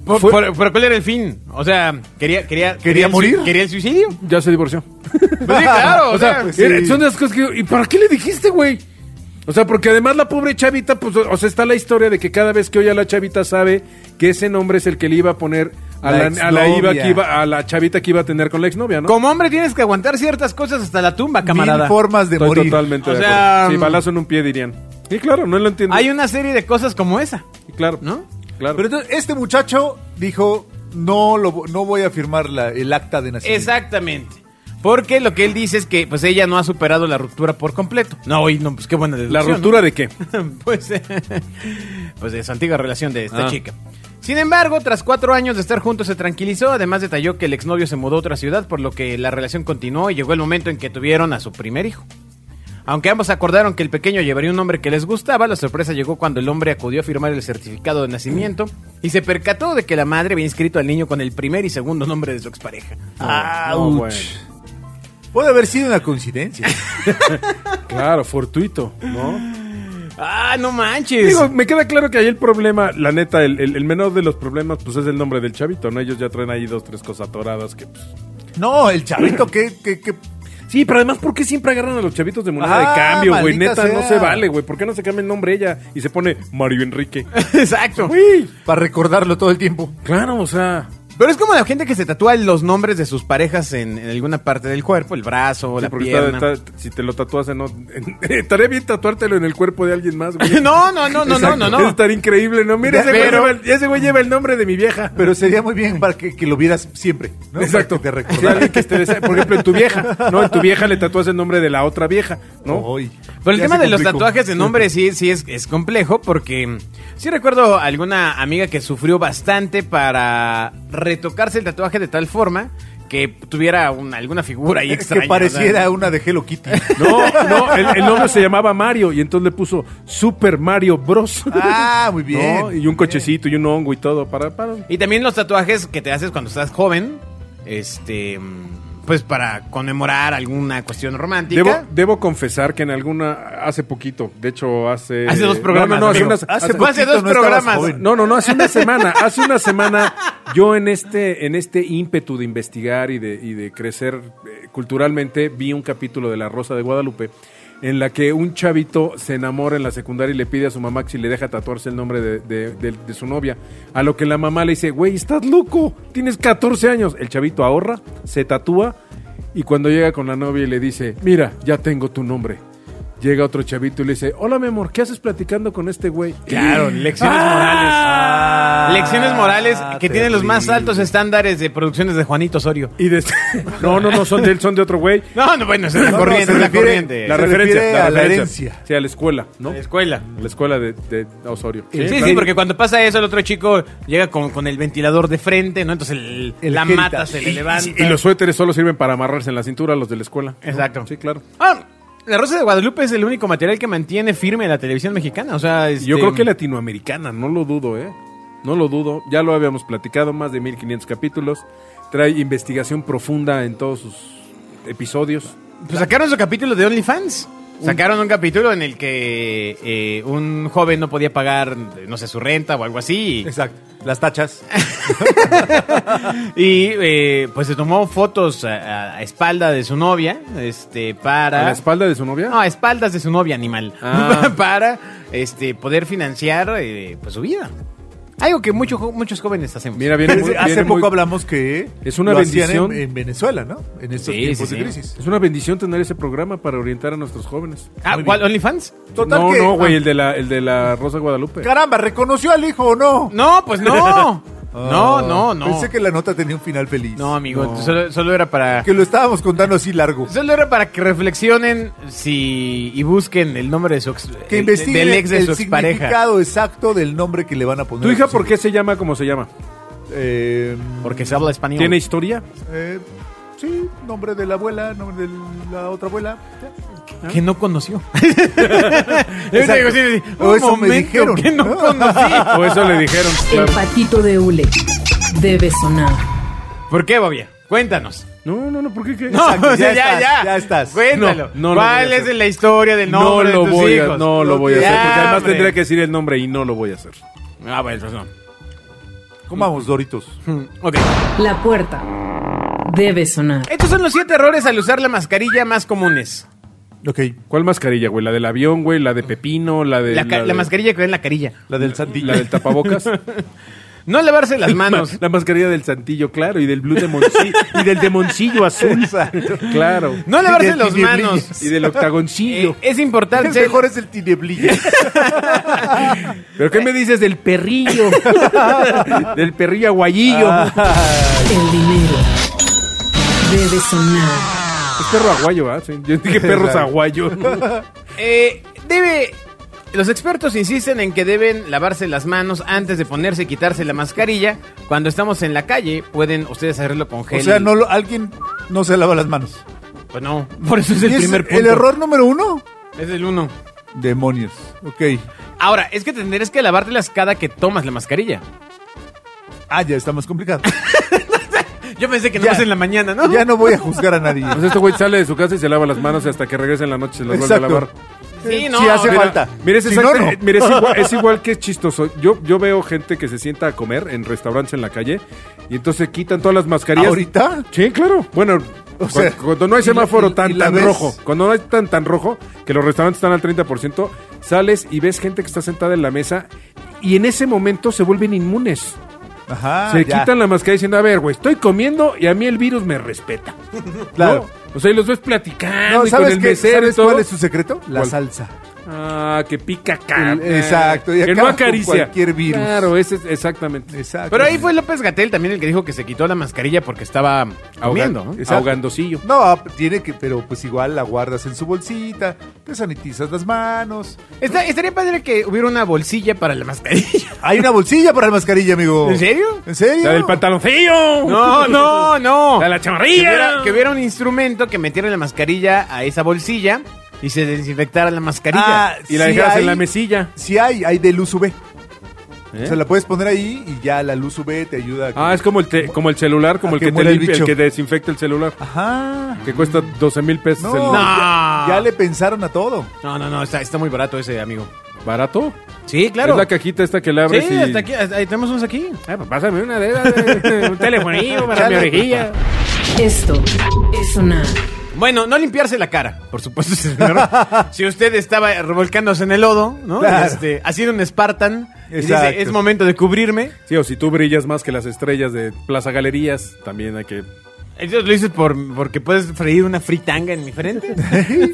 S3: Por-
S4: Fue-
S3: por- ¿Pero cuál era el fin? O sea, quería, quería,
S2: ¿Quería
S3: el sui-
S2: morir?
S3: ¿Quería el suicidio?
S4: Ya se divorció.
S3: Pues sí, claro. o, sea,
S2: pues sí.
S4: Era- eh, Son de las cosas que... digo, ¿Y para qué le dijiste, güey? O sea, porque además la pobre chavita, pues, o o sea, está la historia de que cada vez que oye a la chavita sabe que ese nombre es el que le iba a poner a
S2: La
S4: la, a la iba
S2: exnovia.
S4: que iba, a la chavita que iba a tener con la exnovia, ¿no?
S3: como hombre tienes que aguantar ciertas cosas hasta la tumba, camarada.
S2: Mil formas de
S4: Estoy
S2: morir.
S4: totalmente
S3: O
S4: de
S3: sea,
S4: acuerdo. Sí,
S3: um,
S4: balazo en un pie dirían. Y claro, no lo entiendo.
S3: Hay una serie de cosas como esa.
S4: Y Claro,
S3: ¿No?
S4: Claro.
S2: Pero entonces, este muchacho dijo, no, lo, vo- no voy a firmar la- el acta de nacimiento.
S3: Exactamente. Porque lo que él dice es que pues ella no ha superado la ruptura por completo. No, oye, no, pues qué buena
S4: ¿La
S3: deducción.
S4: ruptura de qué?
S3: ¿no? pues, eh, pues de su antigua relación de esta
S4: Ah.
S3: chica. Sin embargo, tras cuatro años de estar juntos se tranquilizó. Además detalló que el exnovio se mudó a otra ciudad, por lo que la relación continuó y llegó el momento en que tuvieron a su primer hijo. Aunque ambos acordaron que el pequeño llevaría un nombre que les gustaba, la sorpresa llegó cuando el hombre acudió a firmar el certificado de nacimiento y se percató de que la madre había inscrito al niño con el primer y segundo nombre de su expareja. Ah,
S4: No,
S2: Ouch.
S4: bueno.
S2: Puede haber sido una coincidencia.
S4: Claro, fortuito, ¿no?
S3: ¡Ah, no manches!
S4: Digo, me queda claro que ahí el problema, la neta, el, el- el menor de los problemas, pues es el nombre del chavito, ¿no? Ellos ya traen ahí dos, tres cosas atoradas que, pues,
S2: No, el chavito, ¿qué, qué, qué?
S4: Sí, pero además, ¿por qué siempre agarran a los chavitos de moneda
S2: Ah,
S4: de cambio, güey?
S2: maldita
S4: Neta, no
S2: sea.
S4: se vale, güey. ¿Por qué no se cambia el nombre ella y se pone Mario Enrique?
S3: Exacto.
S4: Güey,
S2: Para recordarlo todo el tiempo.
S4: claro, o sea.
S3: Pero es como la gente que se tatúa los nombres de sus parejas en, en alguna parte del cuerpo, el brazo,
S4: sí,
S3: la
S4: porque está-
S3: pierna.
S4: está- si te lo tatuas, en, estaría bien tatuártelo en el cuerpo de alguien más, güey.
S3: No, no, no, no, no, no,
S4: Es
S3: no.
S4: estar increíble, ¿no? Mira, ese,
S3: Pero-
S4: güey lleva el, ese güey lleva el nombre de mi vieja.
S2: Pero sería muy bien para que, que lo vieras siempre. ¿no?
S4: Exacto.
S2: Para que te
S4: Sí,
S2: recordara.
S4: alguien que esté de- por ejemplo, en tu vieja. No, en tu vieja le tatúas el nombre de la otra vieja, ¿no?
S2: Ay,
S3: Pero el
S2: ya
S3: tema
S2: se
S3: de los
S2: complicó.
S3: tatuajes de nombre sí, sí es, es complejo porque sí recuerdo alguna amiga que sufrió bastante para retocarse el tatuaje de tal forma que tuviera una- alguna figura ahí extraña.
S2: que
S3: o sea,
S2: pareciera una de Hello Kitty.
S4: No, no, el, el nombre se llamaba Mario y entonces le puso Super Mario Bros.
S2: Ah, muy bien.
S4: ¿No? Y un cochecito y un hongo y todo para, para
S3: Y también los tatuajes que te haces cuando estás joven, este, mm, pues para conmemorar alguna cuestión romántica.
S4: Debo, debo confesar que en alguna hace poquito, de hecho hace
S3: Hace dos programas,
S4: eh, No, no, no, hace
S3: amigo.
S4: unas-
S3: Hace
S4: hace-
S3: poquito
S2: poquito
S3: dos
S2: no estabas
S3: programas.
S2: joven.
S4: no, no, no, hace una semana, hace una semana yo en este en este ímpetu de investigar y de, y de crecer eh, culturalmente vi un capítulo de La Rosa de Guadalupe en la que un chavito se enamora en la secundaria y le pide a su mamá que si le deja tatuarse el nombre de, de- de- de su novia. A lo que la mamá le dice, güey, estás loco, tienes 14 años. El chavito ahorra, se tatúa y cuando llega con la novia y le dice, mira, ya tengo tu nombre. Llega otro chavito y le dice, hola mi amor, ¿qué haces platicando con este güey?
S3: Claro, lecciones morales. Lecciones morales que tienen los más
S2: terrible.
S3: altos estándares de producciones de Juanito Osorio.
S4: Y des- no, no, no, son de él, son de otro güey.
S3: No, no, bueno, esa es
S2: No,
S3: la
S2: no,
S3: corriente,
S2: se
S3: es la
S2: refiere-
S3: corriente.
S4: La
S2: Se
S4: referencia,
S2: refiere
S4: la
S2: a la
S4: referencia.
S2: herencia.
S4: Sí, a la escuela, ¿no?
S3: La escuela.
S4: La escuela de, de Osorio.
S3: Sí, sí,
S4: claro.
S3: porque cuando pasa eso, el otro chico llega con, con el ventilador de frente, ¿no? Entonces el-
S2: El
S3: la
S2: Hellcat.
S3: mata, se le levanta.
S4: Y los suéteres solo sirven para amarrarse en la cintura los de la escuela.
S3: Exacto.
S4: Sí, claro.
S3: Ah, la Rosa de Guadalupe es el único material que mantiene firme la televisión mexicana. O sea,
S4: Y
S3: este-
S4: Yo creo que latinoamericana, no lo dudo, ¿eh? No lo dudo. Ya lo habíamos platicado, más de 1500 capítulos. Trae investigación profunda en todos sus episodios.
S3: Pues sacaron su capítulo de OnlyFans. Sacaron un capítulo en el que eh, un joven no podía pagar, no sé, su renta o algo así.
S2: Exacto. Las tachas.
S3: Y eh, pues se tomó fotos a, a- a espalda de su novia, este, para...
S4: ¿A la espalda de su novia?
S3: No, a espaldas de su novia, animal.
S4: Ah.
S3: para este, poder financiar eh, pues, su vida. Algo que mucho, jo- muchos jóvenes hacemos.
S4: Mira, viene muy-
S2: Hace
S4: viene
S2: poco
S4: muy-
S2: hablamos que
S4: Es una
S2: lo hacían
S4: bendición.
S2: en, en Venezuela, ¿no? En estos
S3: Sí,
S2: tiempos
S3: sí,
S2: de
S3: sí.
S2: crisis.
S4: Es una bendición tener ese programa para orientar a nuestros jóvenes.
S3: ah,
S2: muy
S3: ¿cuál? ¿OnlyFans?
S2: Total
S4: no,
S2: que- ah,
S4: no, güey, el de la, el de la Rosa de Guadalupe.
S2: Caramba, ¿reconoció al hijo o no?
S3: No, pues no. no, no, no.
S2: Oh. Pensé que la nota tenía un final feliz.
S3: No, amigo, Solo, solo era para...
S2: Que lo estábamos contando así largo.
S3: Solo era para que reflexionen si y busquen el nombre de su ex,
S2: Que
S3: el-
S2: investiguen
S3: del ex de
S2: el
S3: su expareja.
S2: significado exacto del nombre que le van a poner.
S4: ¿Tu
S2: a
S4: hija
S2: sus
S4: por qué
S2: hijos.
S4: se llama como se llama?
S2: Eh,
S3: Porque se habla español.
S4: ¿Tiene historia?
S2: eh, sí, nombre de la abuela, nombre de la otra abuela.
S3: que no conoció. Yo te digo, sí, sí,
S2: O
S3: un
S2: Oh, eso me
S3: momento
S2: dijeron.
S3: que no conocí.
S4: O eso le dijeron.
S1: El
S4: claro.
S1: patito de hule debe sonar.
S3: ¿Por qué, Bobia? Cuéntanos.
S4: No, no, no, ¿por qué? qué?
S3: No,
S2: Exacto,
S3: o sea,
S2: ya
S3: ya,
S2: estás,
S3: ya,
S2: ya estás.
S3: Cuéntalo.
S4: No, no lo
S3: ¿Cuál
S4: voy a
S3: es
S4: hacer.
S3: la historia del
S4: No
S3: nombre
S4: lo
S3: de tus
S4: voy
S3: hijos?
S4: a, no lo voy a
S3: Ya,
S4: hacer, porque además
S3: hombre.
S4: tendría que decir el nombre y no lo voy a hacer.
S3: Ah, bueno, pues no. Hmm,
S2: Comamos Doritos.
S3: Ok.
S1: La puerta debe sonar.
S3: Estos son los siete errores al usar la mascarilla más comunes.
S2: Ok.
S4: ¿Cuál mascarilla, güey? ¿La del avión, güey? ¿La de Pepino? ¿La de
S3: La, ca- la
S4: de-
S3: mascarilla que ve en la carilla.
S2: La del Santillo.
S4: ¿La del tapabocas?
S3: No lavarse las manos.
S4: La mascarilla del Santillo, claro, y del Blue Demoncillo, y del Demoncillo azul. Claro.
S3: No
S2: Y
S3: lavarse
S2: del
S3: las
S2: tinieblis.
S3: manos.
S4: Y del
S3: Eh,
S4: Octagoncillo.
S3: es
S2: El
S3: importante.
S2: mejor es el tinieblillo.
S4: ¿Pero qué me dices del perrillo? del perrillo aguayillo.
S1: El dinero debe sonar.
S4: Es perro aguayo, ¿ah? Sí. Yo dije perros
S2: Exacto.
S4: aguayos.
S3: Eh, debe. Los expertos insisten en que deben lavarse las manos antes de ponerse y quitarse la mascarilla. Cuando estamos en la calle, pueden ustedes hacerlo con
S2: o
S3: gel.
S2: sea, no lo- alguien no se lava las manos.
S3: Pues no, por eso es el
S2: Y es
S3: primer punto.
S2: el error número uno.
S3: Es el uno.
S2: Demonios. Ok.
S3: Ahora, es que tendrías que lavártelas cada que tomas la mascarilla.
S2: Ah, ya está más complicado.
S3: Yo pensé que
S2: Ya.
S3: nomás en la mañana, ¿no?
S2: Ya no voy a juzgar a nadie.
S4: Pues este güey sale de su casa y se lava las manos y hasta que regrese en la noche se las vuelve a
S2: Exacto.
S4: lavar.
S3: Sí, no.
S2: sí hace
S3: pero-
S2: falta.
S4: Mira, es,
S2: Si
S4: exacta-
S2: no, no.
S4: mira, es igual, es igual que es chistoso. Yo, yo veo gente que se sienta a comer en restaurantes en la calle y entonces quitan todas las mascarillas.
S2: ¿Ahorita?
S4: Sí, claro. Bueno, cu-
S2: sea,
S4: cuando no hay
S2: ¿y la-
S4: semáforo
S2: y- y
S4: tan,
S2: la
S4: tan
S2: ves?
S4: rojo, cuando no hay tan, tan rojo, que los restaurantes están al 30%, sales y ves gente que está sentada en la mesa y en ese momento se vuelven inmunes.
S2: Ajá.
S4: se
S2: Ah, ya.
S4: quitan la mascarilla diciendo, a ver, güey, estoy comiendo y a mí el virus me respeta.
S2: Claro.
S4: ¿No? O sea, y los ves
S3: Ah,
S4: platicando
S2: No,
S4: y con
S2: ¿sabes,
S4: el
S2: qué?
S4: mesero y
S2: ¿Sabes
S4: todo.
S2: cuál es su secreto? La
S4: ¿Cuál?
S2: salsa.
S4: Ah, que pica carne.
S2: El- exacto, y
S4: que
S2: acaba
S4: no
S2: con
S4: acaricia.
S2: cualquier virus.
S4: Claro, ese es exactamente.
S2: Exacto.
S3: Pero ahí fue López Gatel también el que dijo que se quitó la mascarilla porque estaba comiendo. ¿no?
S4: Exacto. Ahogandosillo.
S2: No, ah, tiene que, pero pues igual la guardas en su bolsita, te sanitizas las manos.
S3: Está- estaría padre que hubiera una bolsilla para la mascarilla.
S2: Hay una bolsilla para la mascarilla, amigo.
S3: ¿En serio?
S2: ¿En serio?
S4: La del pantaloncillo.
S3: Oh. No, no, no.
S4: La de la
S3: que,
S4: chamarrilla.
S3: hubiera, que hubiera un instrumento que metiera la mascarilla a esa bolsilla y se desinfectara la mascarilla.
S2: Ah,
S4: Y la
S2: Sí,
S4: dejaras
S2: hay-
S4: en la mesilla.
S2: Sí hay, hay de luz UV.
S4: ¿Eh?
S2: O sea, la puedes poner ahí y ya la luz UV te ayuda. a que-
S4: Ah, es como el, te- como el celular, como
S2: Ah,
S4: el
S2: que
S4: que, te
S2: muere el
S4: limpia, el,
S2: bicho.
S4: que desinfecta el celular.
S2: Ajá.
S4: Que cuesta 12 mil pesos.
S2: No,
S4: el-
S2: Ya,
S3: No.
S2: ya le pensaron a todo.
S3: No, no, no, está, está muy barato ese, amigo.
S4: ¿Barato?
S3: Sí,
S4: Es la cajita esta que le
S3: Sí,
S4: abres y...
S3: hasta aquí, hasta- ahí tenemos unos aquí.
S4: Ah, pues pásame una de esas, eh, un telefonillo para mi orejilla.
S1: Esto es sonar.
S3: Bueno, no limpiarse la cara, por supuesto. es el error. si usted estaba revolcándose en el lodo, ¿no?
S2: Claro.
S3: Este, ha sido un Spartan. y dice,
S2: Exacto.
S3: es momento de cubrirme.
S4: Sí, o si tú brillas más que las estrellas de Plaza Galerías, también hay que
S3: Entonces lo dices por, porque puedes freír una fritanga en mi frente.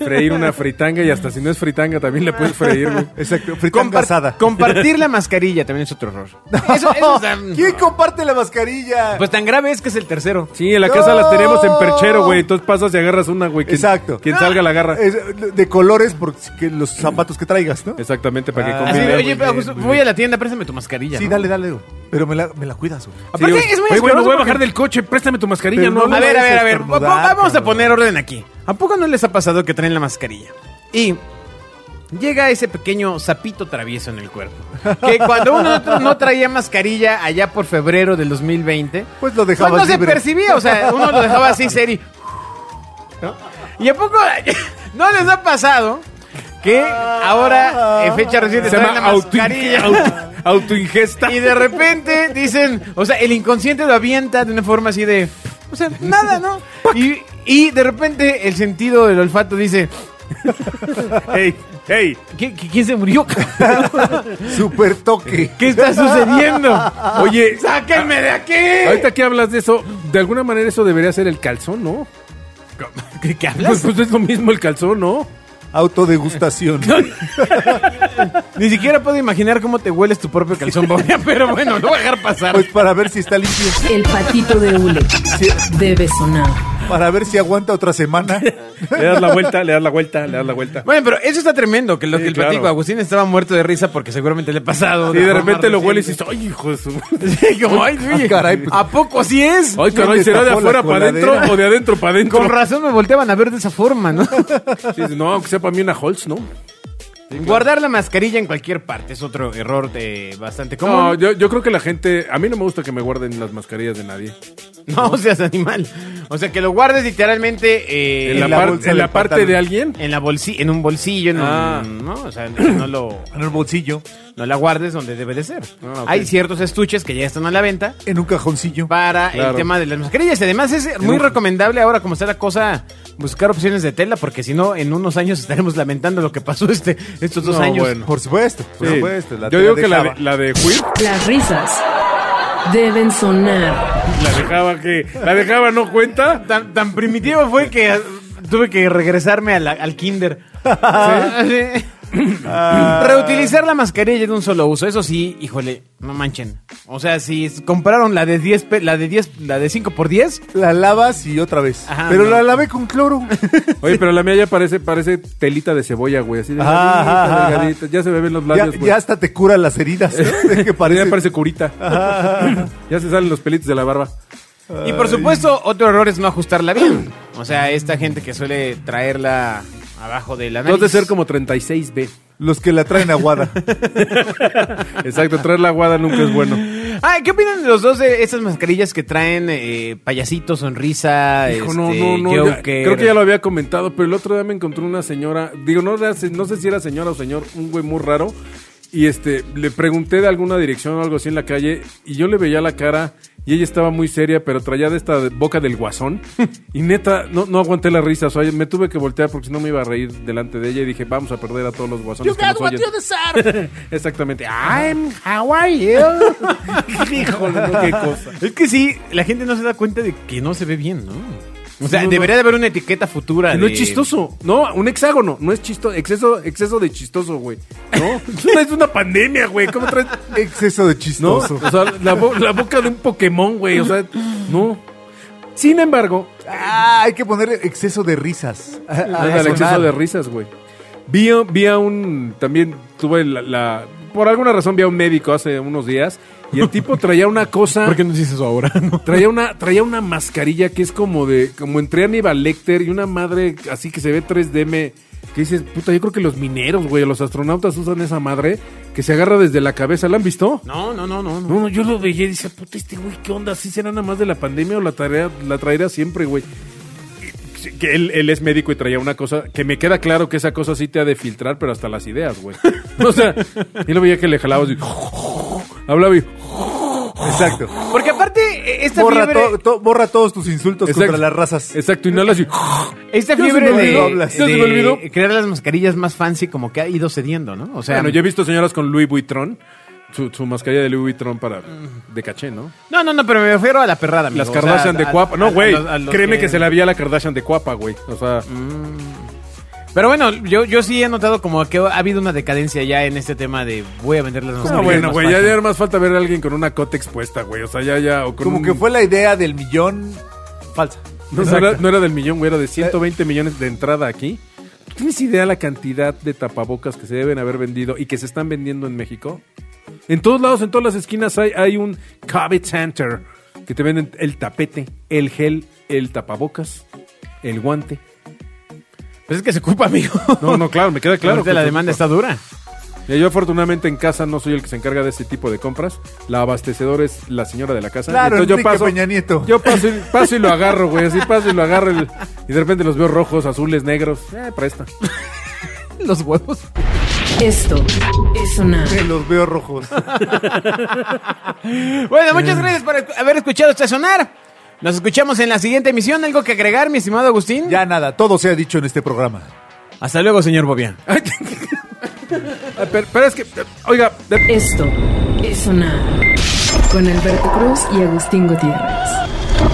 S4: freír una fritanga y hasta si no es fritanga también la puedes freír, güey.
S2: Exacto, fritanga
S3: Compar-
S2: asada.
S3: Compartir la mascarilla también es otro error. Eso, eso es tan-
S2: ¿Quién comparte la mascarilla?
S3: Pues tan grave es que es el tercero.
S4: Sí, en la casa las tenemos en perchero,
S2: No.
S4: güey. Entonces pasas y agarras una, güey. Quien-
S2: Exacto.
S4: Quien salga la agarra.
S2: Es de colores porque los zapatos que traigas, ¿no?
S4: Exactamente, para que
S2: Ah.
S3: Así
S4: combine.
S3: de,
S2: bien,
S3: oye,
S2: muy
S3: pero
S2: bien,
S3: justo,
S2: muy
S3: voy
S2: bien.
S3: a la tienda, préstame tu mascarilla.
S2: Sí,
S3: ¿no?
S2: dale, dale. güey. Pero me la, me la cuidas, güey.
S4: Sí,
S3: Aparte, es muy
S4: Oye, güey, no
S3: asqueroso
S4: voy a
S3: porque-
S4: bajar del coche, préstame tu mascarilla,
S2: Pero
S4: ¿no?
S2: no
S4: no
S3: A ver, a ver, a ver.
S2: estornudar,
S3: Vamos a
S2: cabrón.
S3: poner orden aquí. ¿A poco no les ha pasado que traen la mascarilla? Y llega ese pequeño sapito travieso en el cuerpo. Que cuando uno no tra- no traía mascarilla allá por febrero del 2020,
S2: Pues lo
S3: pues
S2: dejabas
S3: no se
S2: libre.
S3: percibía. O sea, uno lo dejaba así serio. ¿Y a poco no les ha pasado que ahora, en fecha reciente,
S4: Se
S3: traen la
S4: llama autoing-
S3: mascarilla?
S4: auto- autoingesta.
S3: Y de repente dicen, o sea, el inconsciente lo avienta de una forma así de, o sea, nada, ¿no? Y, y de repente el sentido del olfato dice,
S4: ¡Ey! ¡Ey!
S3: "¿Qui- qui- ¿quién se murió?
S4: pues.
S2: Super toque.
S3: ¿Qué está sucediendo?
S4: Oye,
S3: ¡Sáquenme de aquí!
S4: ahorita que hablas de eso, de alguna manera eso debería ser el calzón, ¿no?
S3: ¿Qué, qué
S4: Pues,
S3: hablas?
S4: pues es lo mismo el calzón, ¿no?
S2: Autodegustación.
S3: Ni siquiera puedo imaginar cómo te hueles tu propio calzón, Bobia, pero bueno, lo voy a dejar pasar.
S2: Pues para ver si está limpio.
S1: El patito de hule
S2: Sí,
S1: debe sonar.
S2: para ver si aguanta otra semana.
S4: Le das la vuelta, le das la vuelta, le das la vuelta.
S3: Bueno, pero eso está tremendo, que lo
S4: Sí,
S3: que el
S4: claro.
S3: platico Agustín estaba muerto de risa porque seguramente le ha pasado.
S4: Y de
S3: forma
S4: repente lo
S3: reciente.
S4: hueles y dices, ¡ay, hijo de su...
S3: Sí, como, ay, oye,
S2: Ah, caray, pues.
S3: ¿A poco así es?
S4: Ay, caray,
S2: Me
S4: ¿será de
S2: destapó la
S4: afuera para adentro
S2: coladera.
S4: o de adentro para adentro?
S3: Con razón me volteaban a ver de esa forma, ¿no?
S4: Sí, no, aunque sea para mí una Holz, ¿no?
S3: Guardar la mascarilla en cualquier parte es otro error de bastante
S4: No,
S3: común.
S4: yo, yo creo que la gente. A mí no me gusta que me guarden las mascarillas de nadie.
S3: No, seas animal. O sea, que lo guardes literalmente eh,
S4: En la,
S2: la
S4: par-
S2: bolsa
S4: en
S2: del
S4: la parte
S2: pantalón.
S4: de alguien.
S3: en la bolsi- en un bolsillo, en
S4: Ah.
S3: un, ¿no? O sea, no lo
S2: En el bolsillo.
S3: no la guardes donde debe de ser.
S4: Ah, ok.
S3: Hay ciertos estuches que ya están a la venta
S2: En un cajoncillo.
S3: para el
S4: Claro.
S3: tema de las mascarillas. Y además es muy recomendable ahora como está la cosa buscar opciones de tela porque si no en unos años estaremos lamentando lo que pasó este estos dos
S4: No,
S3: años.
S4: bueno.
S2: Por supuesto, por
S4: Sí.
S2: supuesto. la tela
S4: yo digo
S2: de
S4: que la
S2: Java.
S4: de, la de Juir,
S1: Las risas deben sonar.
S4: la dejaba que. La dejaba no cuenta.
S3: Tan, tan primitivo fue que eh, tuve que regresarme a la- al kinder. Sí. Ah. Reutilizar la mascarilla de un solo uso, eso sí, híjole, no manchen. O sea, si s- compraron la de 10, pe- la de 10, la de 5 por 10,
S2: La lavas y otra vez.
S3: Ajá,
S2: Pero
S3: no.
S2: la lavé con cloro.
S4: Oye, pero la mía ya parece, parece telita de cebolla, güey. Así de
S2: Ajá, ajá, ajá.
S4: Ya se me ven los
S2: ya,
S4: labios, güey.
S2: ya hasta te cura las heridas. ¿no? De que
S4: pues. Ya
S2: parece.
S4: parece curita. ya se salen los pelitos de la barba.
S3: y por supuesto, otro error es no ajustarla bien. O sea, esta gente que suele traerla abajo de la nariz.
S4: Entonces ser como 36B.
S2: Los que la traen aguada.
S4: Exacto, traer la guada nunca es bueno.
S3: Ay, ¿qué opinan los dos de estas mascarillas que traen eh, payasito, sonrisa,
S4: Hijo,
S3: este,
S4: no, no, no. ya-
S3: Joker?
S4: creo que ya lo había comentado, pero el otro día me encontré una señora, digo, no, era- no sé si era señora o señor, un güey muy raro. Y este, le pregunté de alguna dirección o algo así en la calle, y yo le veía la cara, y ella estaba muy seria, pero traía de esta boca del guasón. Y neta, no, no aguanté la risa, o sea, me tuve que voltear porque si no me iba a reír delante de ella y dije, vamos a perder a todos los guasones. que nos oyen". Exactamente. I'm, how are you? Híjole, no, qué cosa.
S3: Es que sí, la gente no se da cuenta de que no se ve bien, ¿no? O sea,
S4: No, no.
S3: debería de haber una etiqueta futura.
S4: Y No
S3: de-
S4: es chistoso. No, un hexágono. No es chistoso. Exceso, exceso de chistoso, güey. No. es una pandemia, güey. ¿Cómo traes?
S2: Exceso de
S4: No. O
S2: chistoso.
S4: sea, la, bo- la boca de un Pokémon, güey. O sea, no. Sin embargo,
S2: Ah, hay que poner exceso de risas. A- a- a
S4: el
S2: sonar.
S4: exceso de risas, güey. Vi, a- vi a un. También tuve la, la- Por alguna razón vi a un médico hace unos días. Y el tipo traía una cosa.
S3: ¿Por qué no dices eso ahora? no?
S4: Traía una, traía una mascarilla que es como de, como entre Aníbal Lecter y una madre así que se ve 3DM. Que dices, puta, yo creo que los mineros, güey, los astronautas usan esa madre que se agarra desde la cabeza. ¿La han visto?
S3: No, no, no, no. no.
S4: No, no, yo lo veía y decía, puta, este güey, ¿qué onda? ¿Sí será nada más de la pandemia o la, tarea, la traerá siempre, güey? Sí, Que él, él es médico y traía una cosa que me queda claro que esa cosa sí te ha de filtrar, pero hasta las ideas, güey. O sea, yo lo veía que le jalaba así. Hablaba y.
S2: Exacto.
S3: Porque aparte, eh, esta
S2: Borra,
S3: fiebre,
S2: to- to- borra todos tus insultos
S4: Exacto.
S2: contra las razas.
S4: Exacto, inhalas y.
S3: esta
S4: Ya se
S3: fiebre de,
S4: me olvidó, Blas. Ya se
S3: de
S4: me olvidó.
S3: crear las mascarillas más fancy como que ha ido cediendo, ¿no? O sea,
S4: bueno, yo he visto señoras con Louis Vuitton, su, su mascarilla de Louis Vuitton para de caché, ¿no?
S3: no, no, no, pero me refiero a la perrada, amigo.
S4: Las
S3: O sea,
S4: Kardashian de
S3: a-
S4: Cuapa.
S3: a-
S4: No,
S3: a
S4: güey,
S3: los- a los
S4: créeme que... se la vi a la Kardashian de Cuapa, güey. O sea,
S3: Pero bueno, yo, yo sí he notado como que ha habido una decadencia ya en este tema de voy a vender las
S4: no,
S3: mascarillas.
S4: Ah, bueno,
S3: más
S4: güey, ya
S3: fancy.
S4: ya era más falta ver a alguien con una cota expuesta, güey. O sea, ya, ya. O con
S2: Como
S4: un-
S2: que fue la idea del millón.
S3: Falsa.
S4: No, no era, no era del millón, güey,
S2: Eh.
S4: era de 120 millones de entrada aquí. ¿Tú tienes idea la cantidad de tapabocas que se deben haber vendido y que se están vendiendo en México? En todos lados, en todas las esquinas hay, hay un COVID Center que te venden el tapete, el gel, el tapabocas, el guante.
S3: Pues es que se culpa, amigo.
S4: No, no, claro, me queda claro.
S3: Ahorita
S4: que
S3: la
S4: por
S3: demanda está dura.
S4: Mira, yo afortunadamente en casa no soy el que se encarga de ese tipo de compras. La abastecedora es la señora de la casa.
S2: Claro,
S4: Entonces, yo
S2: Enrique
S4: paso,
S2: Peña Nieto.
S4: Yo paso y, paso y lo agarro, güey. Así paso y lo agarro. el- y de repente los veo rojos, azules, negros. Eh, presta.
S3: Los huevos.
S1: Esto es sonar.
S2: Te los veo rojos.
S3: Bueno, muchas gracias por escu- haber escuchado Estacionar. Nos escuchamos en la siguiente emisión. ¿Algo que agregar, mi estimado Agustín?
S2: Ya nada, todo se ha dicho en este programa.
S3: Hasta luego, señor Bobián.
S4: Ah, Pero, pero es que, oiga, de-
S1: Esto es sonar. Con Alberto Cruz y Agustín Gutiérrez.